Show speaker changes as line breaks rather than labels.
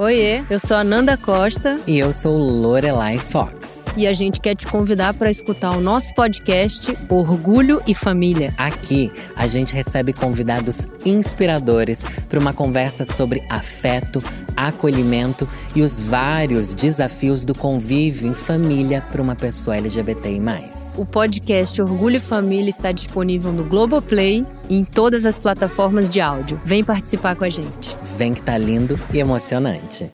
Oiê, eu sou a Nanda Costa
E eu sou Lorelai Fox.
e a gente quer te convidar para escutar o nosso podcast Orgulho e Família.
Aqui a gente recebe convidados inspiradores para uma conversa sobre afeto, acolhimento e os vários desafios do convívio em família para uma pessoa LGBTI+.
O podcast Orgulho e Família está disponível no Globoplay e em todas as plataformas de áudio. Vem participar com a gente.
Vem que tá lindo e emocionante.